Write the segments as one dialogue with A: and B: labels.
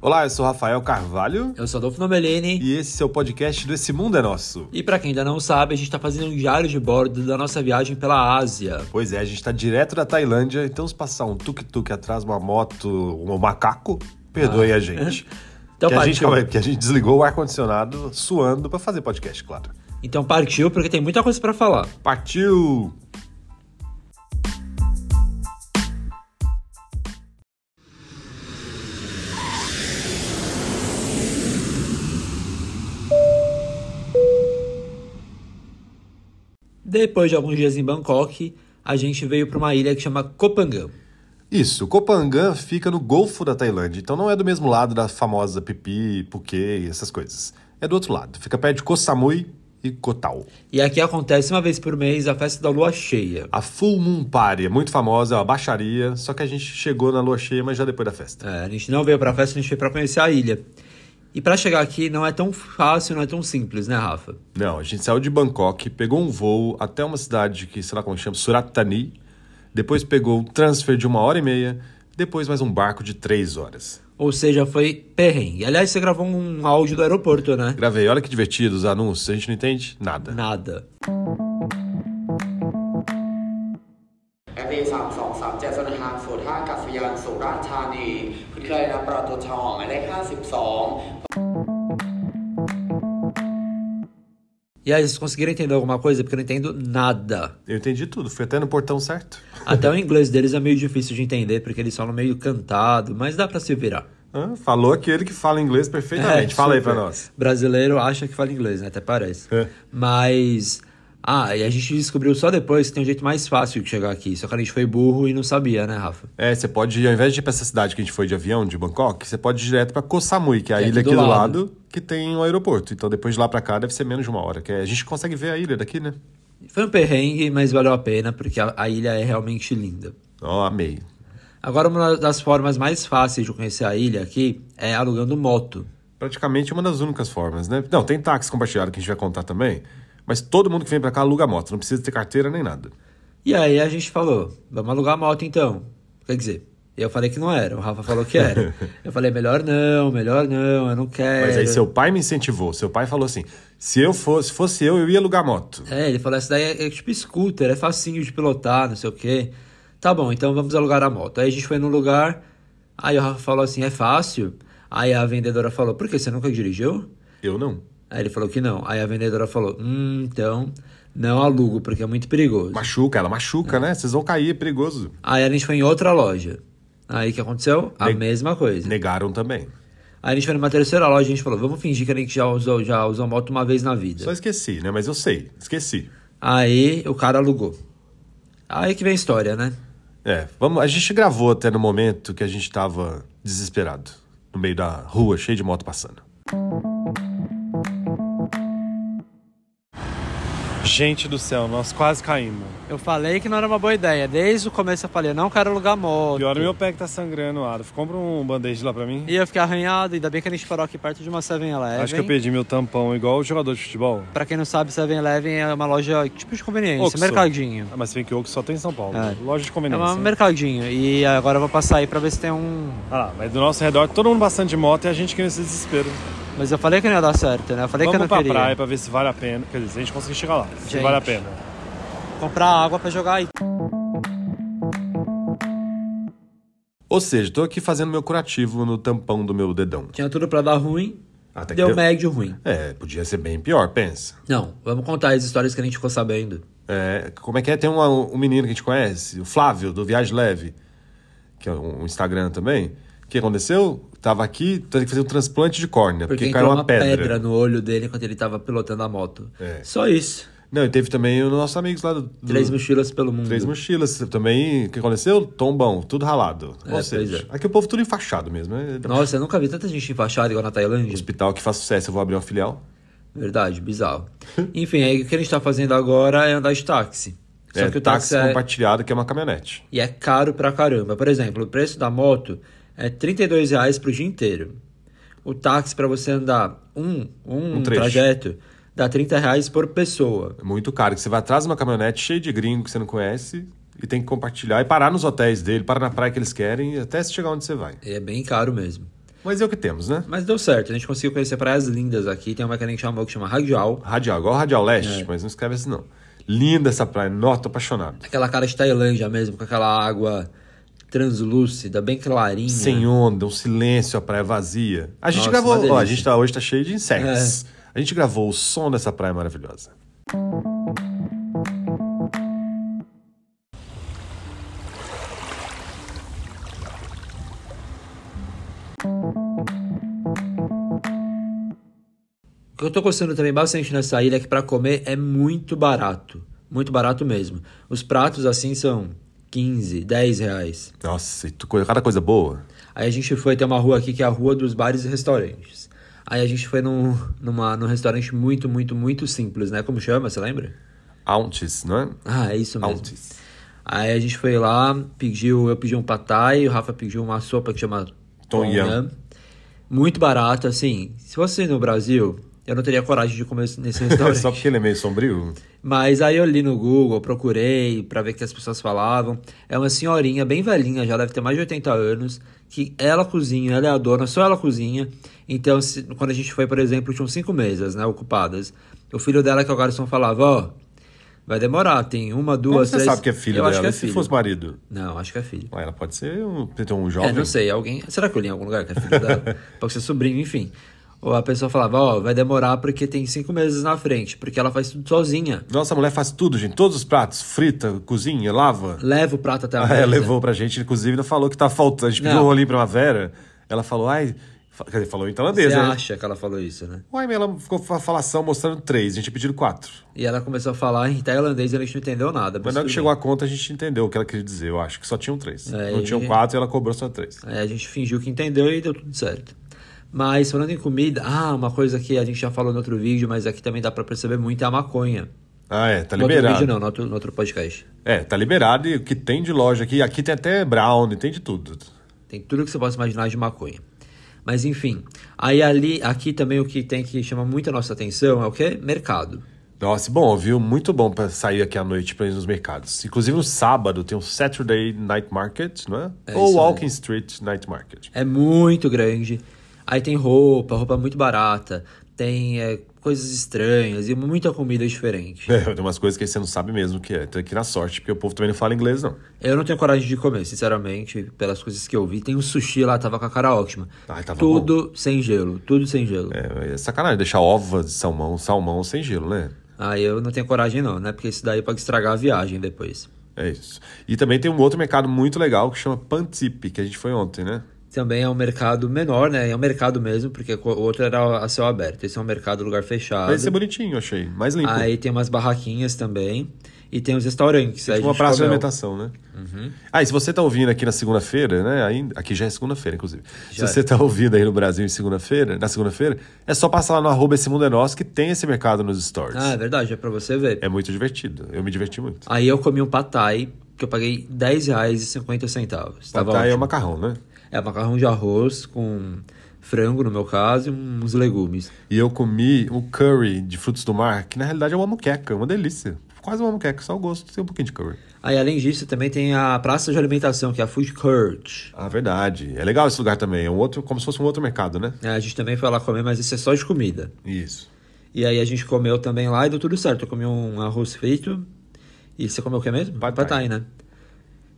A: Olá, eu sou Rafael Carvalho
B: Eu sou Adolfo Nomelini.
A: e esse é o podcast do Esse Mundo é Nosso.
B: E pra quem ainda não sabe, a gente tá fazendo um diário de bordo da nossa viagem pela Ásia.
A: Pois é, a gente tá direto da Tailândia, então se passar um tuk-tuk atrás, uma moto, um macaco, perdoe a gente.
B: Ah. Então
A: que, a gente
B: partiu.
A: calma aí, que a gente desligou o ar-condicionado suando pra fazer podcast, claro.
B: Então partiu, porque tem muita coisa pra falar.
A: Partiu!
B: Depois de alguns dias em Bangkok, a gente veio pra uma ilha que chama Kopangan.
A: Isso, Kopangan fica no Golfo da Tailândia, então não é do mesmo lado da famosa Pipi, Phuket e essas coisas. É do outro lado, fica perto de Koh Samui e Koh Tao.
B: E aqui acontece uma vez por mês a festa da lua cheia.
A: A Full Moon Party é muito famosa, é uma baixaria, só que a gente chegou na lua cheia, mas já depois da festa.
B: É, a gente não veio pra festa, a gente veio pra conhecer a ilha. E pra chegar aqui não é tão fácil, não é tão simples, né, Rafa?
A: Não, a gente saiu de Bangkok, pegou um voo até uma cidade que, sei lá como chama, Surat Thani, depois pegou um transfer de uma hora e meia, depois mais um barco de três horas.
B: Ou seja, foi perrengue. Aliás, você gravou um áudio do aeroporto, né?
A: Gravei, olha que divertido os anúncios, a gente não entende nada.
B: Nada.
C: FA 3 2 3 7สนหางสูตรท่าอากาศยานสุราษฎร์ธานีคุณเคยรับประตูทองหมายเลข52
B: E aí, vocês conseguiram entender alguma coisa? Porque eu não entendo nada.
A: Eu entendi tudo, fui até no portão certo.
B: Até o inglês deles é meio difícil de entender, porque eles falam meio cantado, mas dá pra se virar.
A: Ah, falou aquele que fala inglês perfeitamente,
B: É,
A: fala aí
B: super.
A: pra nós.
B: Brasileiro acha que fala inglês, né? Até parece.
A: É.
B: Mas. Ah, e a gente descobriu só depois que tem um jeito mais fácil de chegar aqui. Só que a gente foi burro e não sabia, né, Rafa?
A: É, você pode, ir, ao invés de ir pra essa cidade que a gente foi de avião, de Bangkok, você pode ir direto pra Koh Samui, que é a
B: Que é
A: ilha
B: aqui
A: aqui do
B: do
A: lado. que tem um aeroporto. Então depois de lá pra cá deve ser menos de uma hora. Que é- a gente consegue ver a ilha daqui, né?
B: Foi um perrengue, mas valeu a pena, porque a, a ilha é realmente linda.
A: Ó, amei.
B: Agora, uma das formas mais fáceis de conhecer a ilha aqui é alugando moto.
A: Praticamente uma das únicas formas, né? Não, tem táxi compartilhado que a gente vai contar também. Mas todo mundo que vem pra cá aluga moto, não precisa ter carteira nem nada.
B: E aí a gente falou, vamos alugar a moto então. Quer dizer, eu falei que não era, o Rafa falou que era. eu falei, melhor não, melhor não, eu não quero.
A: Mas aí seu pai me incentivou. Seu pai falou assim: se eu fosse, fosse eu, eu ia alugar moto.
B: É, ele falou, essa daí é, é tipo scooter, é facinho de pilotar, não sei o quê. Tá bom, então vamos alugar a moto. Aí a gente foi num lugar, aí o Rafa falou assim, é fácil? Aí a vendedora falou, por que, você nunca dirigiu?
A: Eu não.
B: Aí ele falou que não. Aí a vendedora falou, hum, então não alugo, porque é muito perigoso.
A: Machuca, ela machuca, né? Vocês vão cair, é perigoso.
B: Aí a gente foi em outra loja. Aí o que aconteceu? A
A: Ne-
B: mesma coisa.
A: Negaram também.
B: Aí a gente foi numa terceira loja e a gente falou, vamos fingir que a gente já usou, já usou moto uma vez na vida.
A: Só esqueci, né? Mas eu sei, esqueci.
B: Aí o cara alugou. Aí que vem a história, né?
A: É, vamos, a gente gravou até no momento que a gente tava desesperado, no meio da rua, cheio de moto passando. Gente do céu, nós quase caímos.
B: Eu falei que não era uma boa ideia. Desde o começo eu falei, não quero alugar moto.
D: Pior é meu pé que tá sangrando, Adolf. Compra um band-aid lá pra mim.
B: E eu fiquei arranhado, ainda bem que a gente parou aqui perto de uma 7-Eleven.
D: Acho que eu perdi meu tampão igual o jogador de futebol.
B: Pra quem não sabe, 7-Eleven é uma loja tipo de conveniência,
D: Oxo.
B: mercadinho.
D: Ah, mas se bem que o Oco só tem em São Paulo.
B: É.
D: Loja de
B: É
D: conveniência.
B: um mercadinho. E agora eu vou passar aí pra ver se tem um...
D: Ah lá, mas do nosso redor, todo mundo passando de moto e a gente que nesse desespero.
B: Mas eu falei que não ia dar certo, né? Eu falei que eu
D: Vamos
B: não
D: pra
B: queria.
D: praia pra ver se vale a pena. Quer dizer, se a gente conseguir chegar lá. Se
B: Gente.
D: vale a pena.
B: Comprar água pra jogar aí.
A: Ou seja, tô aqui fazendo meu curativo no tampão do meu dedão.
B: Tinha tudo pra dar ruim,
A: Até que
B: deu
A: deu-
B: médio ruim.
A: É, podia ser bem pior, pensa.
B: Não, vamos contar as histórias que a gente ficou sabendo.
A: É, como é que é? Tem uma- um menino que a gente conhece, o Flávio, do Viagem Leve, que é um Instagram também. O que aconteceu? Tava aqui, teve que fazer um transplante de córnea, porque,
B: Porque
A: caiu
B: entrou uma pedra. no olho dele quando ele tava pilotando a moto.
A: É.
B: Só isso.
A: Não, e teve também os nossos amigos lá do. do-
B: Três mochilas pelo mundo.
A: Três mochilas também. O que aconteceu? Tombão, tudo ralado.
B: É,
A: Ou
B: pois
A: seja, aqui o povo tudo enfaixado mesmo. É
B: Nossa, eu nunca vi tanta gente enfaixada igual na Tailândia.
A: hospital que faz sucesso, eu vou abrir uma filial.
B: Verdade, bizarro. Enfim, aí o que a gente tá fazendo agora é andar de táxi. Só
A: é,
B: que o táxi,
A: táxi
B: é...
A: compartilhado, que é uma caminhonete.
B: E é caro pra caramba. Por exemplo, o preço da moto é R$ 32 reais pro dia inteiro. O táxi pra você andar um, um,
A: Um trecho.
B: trajeto dá R$ 30 reais por pessoa.
A: É muito caro, que você vai atrás de uma caminhonete cheia de gringo que você não conhece e tem que compartilhar e parar nos hotéis dele, parar na praia que eles querem, até você chegar onde você vai.
B: É bem caro mesmo.
A: Mas é o que temos, né?
B: Mas deu certo, a gente conseguiu conhecer praias lindas aqui. Tem uma que a gente chamou que chama Radial.
A: Radial, igual Radial Leste,
B: É.
A: mas não escreve assim, não. Linda essa praia, nó, tô apaixonado.
B: Aquela cara de Tailândia mesmo, com aquela água translúcida, bem clarinha.
A: Sem onda, um silêncio, a praia vazia. A gente
B: É. Nossa, uma
A: gravou, ó, a
B: delícia. É.
A: gente tá, hoje tá cheio de insetos. A gente gravou o som dessa praia maravilhosa.
B: O que eu tô gostando também bastante nessa ilha é que pra comer é muito barato. Muito barato mesmo. Os pratos assim são 15, 10 reais.
A: Nossa, e tu- cada coisa boa.
B: Aí a gente foi ter uma rua aqui que é a rua dos bares e restaurantes. Aí a gente foi num, numa, num restaurante muito, muito, muito simples, né? Como chama, você lembra?
A: Auntes, não é?
B: Ah, é isso mesmo.
A: Auntes.
B: Aí a gente foi lá, pediu, eu pedi um patai, o Rafa pediu uma sopa que chama
A: Tom Yum.
B: Yum. Muito barato, assim. Se fosse no Brasil, eu não teria coragem de comer nesse restaurante.
A: Só porque ele é meio sombrio.
B: Mas aí eu li no Google, procurei pra ver o que as pessoas falavam. É uma senhorinha bem velhinha, já deve ter mais de 80 anos, que ela cozinha, ela é a dona, só ela cozinha. Então, se- quando a gente foi, por exemplo, tinham cinco mesas, né, ocupadas. O filho dela, que é o garçom, falava, ó, vai demorar, tem uma,
A: Como
B: duas,
A: você
B: três...
A: sabe que é filho
B: eu
A: dela?
B: acho que é
A: E
B: filho.
A: Se fosse marido?
B: Não, acho que é filho.
A: Ué, Ela pode ser um, então, um
B: É,
A: jovem.
B: não sei, alguém... Será que eu li em algum lugar que é filho dela? Pode ser sobrinho, enfim. Ou a pessoa falava, ó, vai demorar porque tem cinco meses na frente, porque ela faz tudo sozinha.
A: Nossa, a mulher faz tudo, gente. Todos os pratos. Frita, cozinha, lava.
B: Leva o prato até a
A: Ela
B: mesa.
A: Ah, é, levou pra gente, inclusive, ainda falou que tá faltando. A gente pediu
B: Não.
A: um rolinho primavera. Ela falou, ai. fa- Quer dizer, falou em
B: Você
A: tailandês, né?
B: acha que ela falou isso, né?
A: Uai, mas ela ficou com a falação mostrando três. A gente pediu quatro.
B: E ela começou a falar em tailandês e a gente não entendeu nada.
A: Mas na hora que chegou a conta, a gente entendeu o que ela queria dizer, eu acho. Que só tinham três.
B: É,
A: Não
B: e-
A: tinham quatro e ela cobrou só três.
B: Aí É, a gente fingiu que entendeu e deu tudo certo. Mas falando em comida, ah, uma coisa que a gente já falou no outro vídeo, mas aqui também dá pra perceber muito é a maconha.
A: Ah, é, tá
B: no outro vídeo
A: liberado.
B: não, no outro, no outro podcast.
A: É, tá liberado e o que tem de loja aqui. Aqui tem até brownie, tem de tudo.
B: Tem tudo que você possa imaginar de maconha. Mas enfim, aí ali, aqui também o que tem que chama muito a nossa atenção é o quê? Mercado.
A: Nossa, bom, viu? Muito bom pra sair aqui à noite pra ir nos mercados. Inclusive no sábado tem o Saturday Night Market, não é?
B: É
A: Ou
B: isso
A: Walking Street Night Market.
B: É muito grande. Aí tem roupa, roupa muito barata. Tem é, coisas estranhas e muita comida diferente.
A: É, tem umas coisas que você não sabe mesmo o que é. Tem que ir na sorte, porque o povo também não fala inglês, não.
B: Eu não tenho coragem de comer, sinceramente, pelas coisas que eu vi. Tem um sushi lá, tava com a cara ótima.
A: Ai, Ah, tava
B: tudo sem gelo, tudo sem gelo.
A: É, é sacanagem deixar ovas de salmão, salmão sem gelo, né?
B: Aí eu não tenho coragem não, né? Porque isso daí pode estragar a viagem depois.
A: É isso. E também tem um outro mercado muito legal que chama Pantip, que a gente foi ontem, né?
B: Também é um mercado menor, né? É um mercado mesmo, porque o outro era a céu aberto. Esse é um mercado, lugar fechado.
A: Mas esse é bonitinho, achei. Mais limpo.
B: Aí tem umas barraquinhas também. E tem os restaurantes. Aí a
A: Tipo uma
B: gente
A: praça de
B: comeu. Uhum.
A: alimentação, né? Ah, e se você tá ouvindo aqui na segunda-feira, né? Ainda, aqui já é segunda-feira, inclusive.
B: Já. é.
A: Se você tá ouvindo aí no Brasil em segunda-feira, na segunda-feira, é só passar lá no arroba esse mundo é nosso que tem esse mercado nos stories.
B: Ah, é verdade, é pra você ver.
A: É muito divertido. Eu me diverti muito.
B: Aí eu comi um patai, que eu paguei R$10,50. Ah, Tava
A: Patai é
B: ótimo.
A: o macarrão, né?
B: É macarrão de arroz com frango, no meu caso, e uns legumes.
A: E eu comi um curry de frutos do mar, que na realidade é uma moqueca, uma delícia. Quase uma moqueca, só o gosto, tem um pouquinho de curry.
B: Aí, além disso, também tem a praça de alimentação, que é a Food Court.
A: Ah, verdade. É legal esse lugar também. É um outro, como se fosse um outro mercado, né?
B: É, a gente também foi lá comer, mas isso é só de comida.
A: Isso.
B: E aí a gente comeu também lá e deu tudo certo. Eu comi um arroz frito. E você comeu o que mesmo?
A: Pad thai.
B: Patai, né?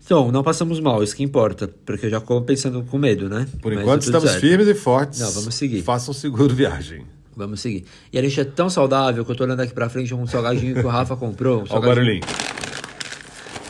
B: Então, não passamos mal, isso que importa. Porque eu já como pensando com medo, né?
A: Por
B: Mas
A: enquanto
B: deu tudo
A: estamos
B: certo.
A: firmes e fortes.
B: Não, vamos seguir.
A: Façam seguro viagem.
B: Vamos seguir. E a gente é tão saudável que eu tô olhando aqui pra frente um salgadinho que o Rafa comprou. Um
A: Olha o
B: salgadinho,
A: barulhinho.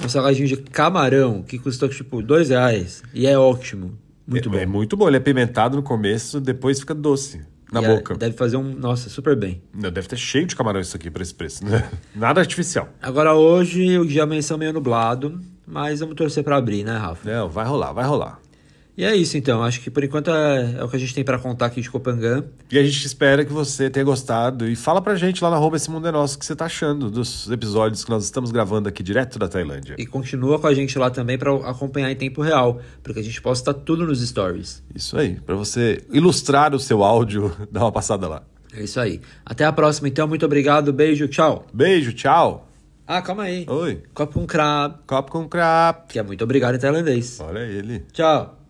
B: um salgadinho de camarão que custou tipo dois reais. E é ótimo. Muito
A: é,
B: bom.
A: É muito bom. Ele é pimentado no começo, depois fica doce na
B: E é-
A: boca.
B: deve fazer um. Nossa, super bem.
A: Não, deve ter cheio de camarão isso aqui pra esse preço, né? Nada artificial.
B: Agora hoje o dia amanheceu meio nublado, mas vamos torcer pra abrir, né, Rafa?
A: Não, vai rolar, vai rolar.
B: E é isso então. Acho que por enquanto é, é o que a gente tem pra contar aqui de Copangã.
A: E a gente espera que você tenha gostado. E fala pra gente lá na arroba Esse Mundo é Nosso o que você tá achando dos episódios que nós estamos gravando aqui direto da Tailândia.
B: E continua com a gente lá também pra acompanhar em tempo real, porque a gente posta tudo nos stories.
A: Isso aí, pra você ilustrar o seu áudio, dá uma passada lá.
B: É isso aí. Até a próxima então. Muito obrigado. Beijo. Tchau.
A: Beijo, tchau.
B: Ah, calma aí.
A: Oi.
B: Copo com crab,
A: Copo com crap.
B: que é muito obrigado em tailandês.
A: Olha ele.
B: Tchau.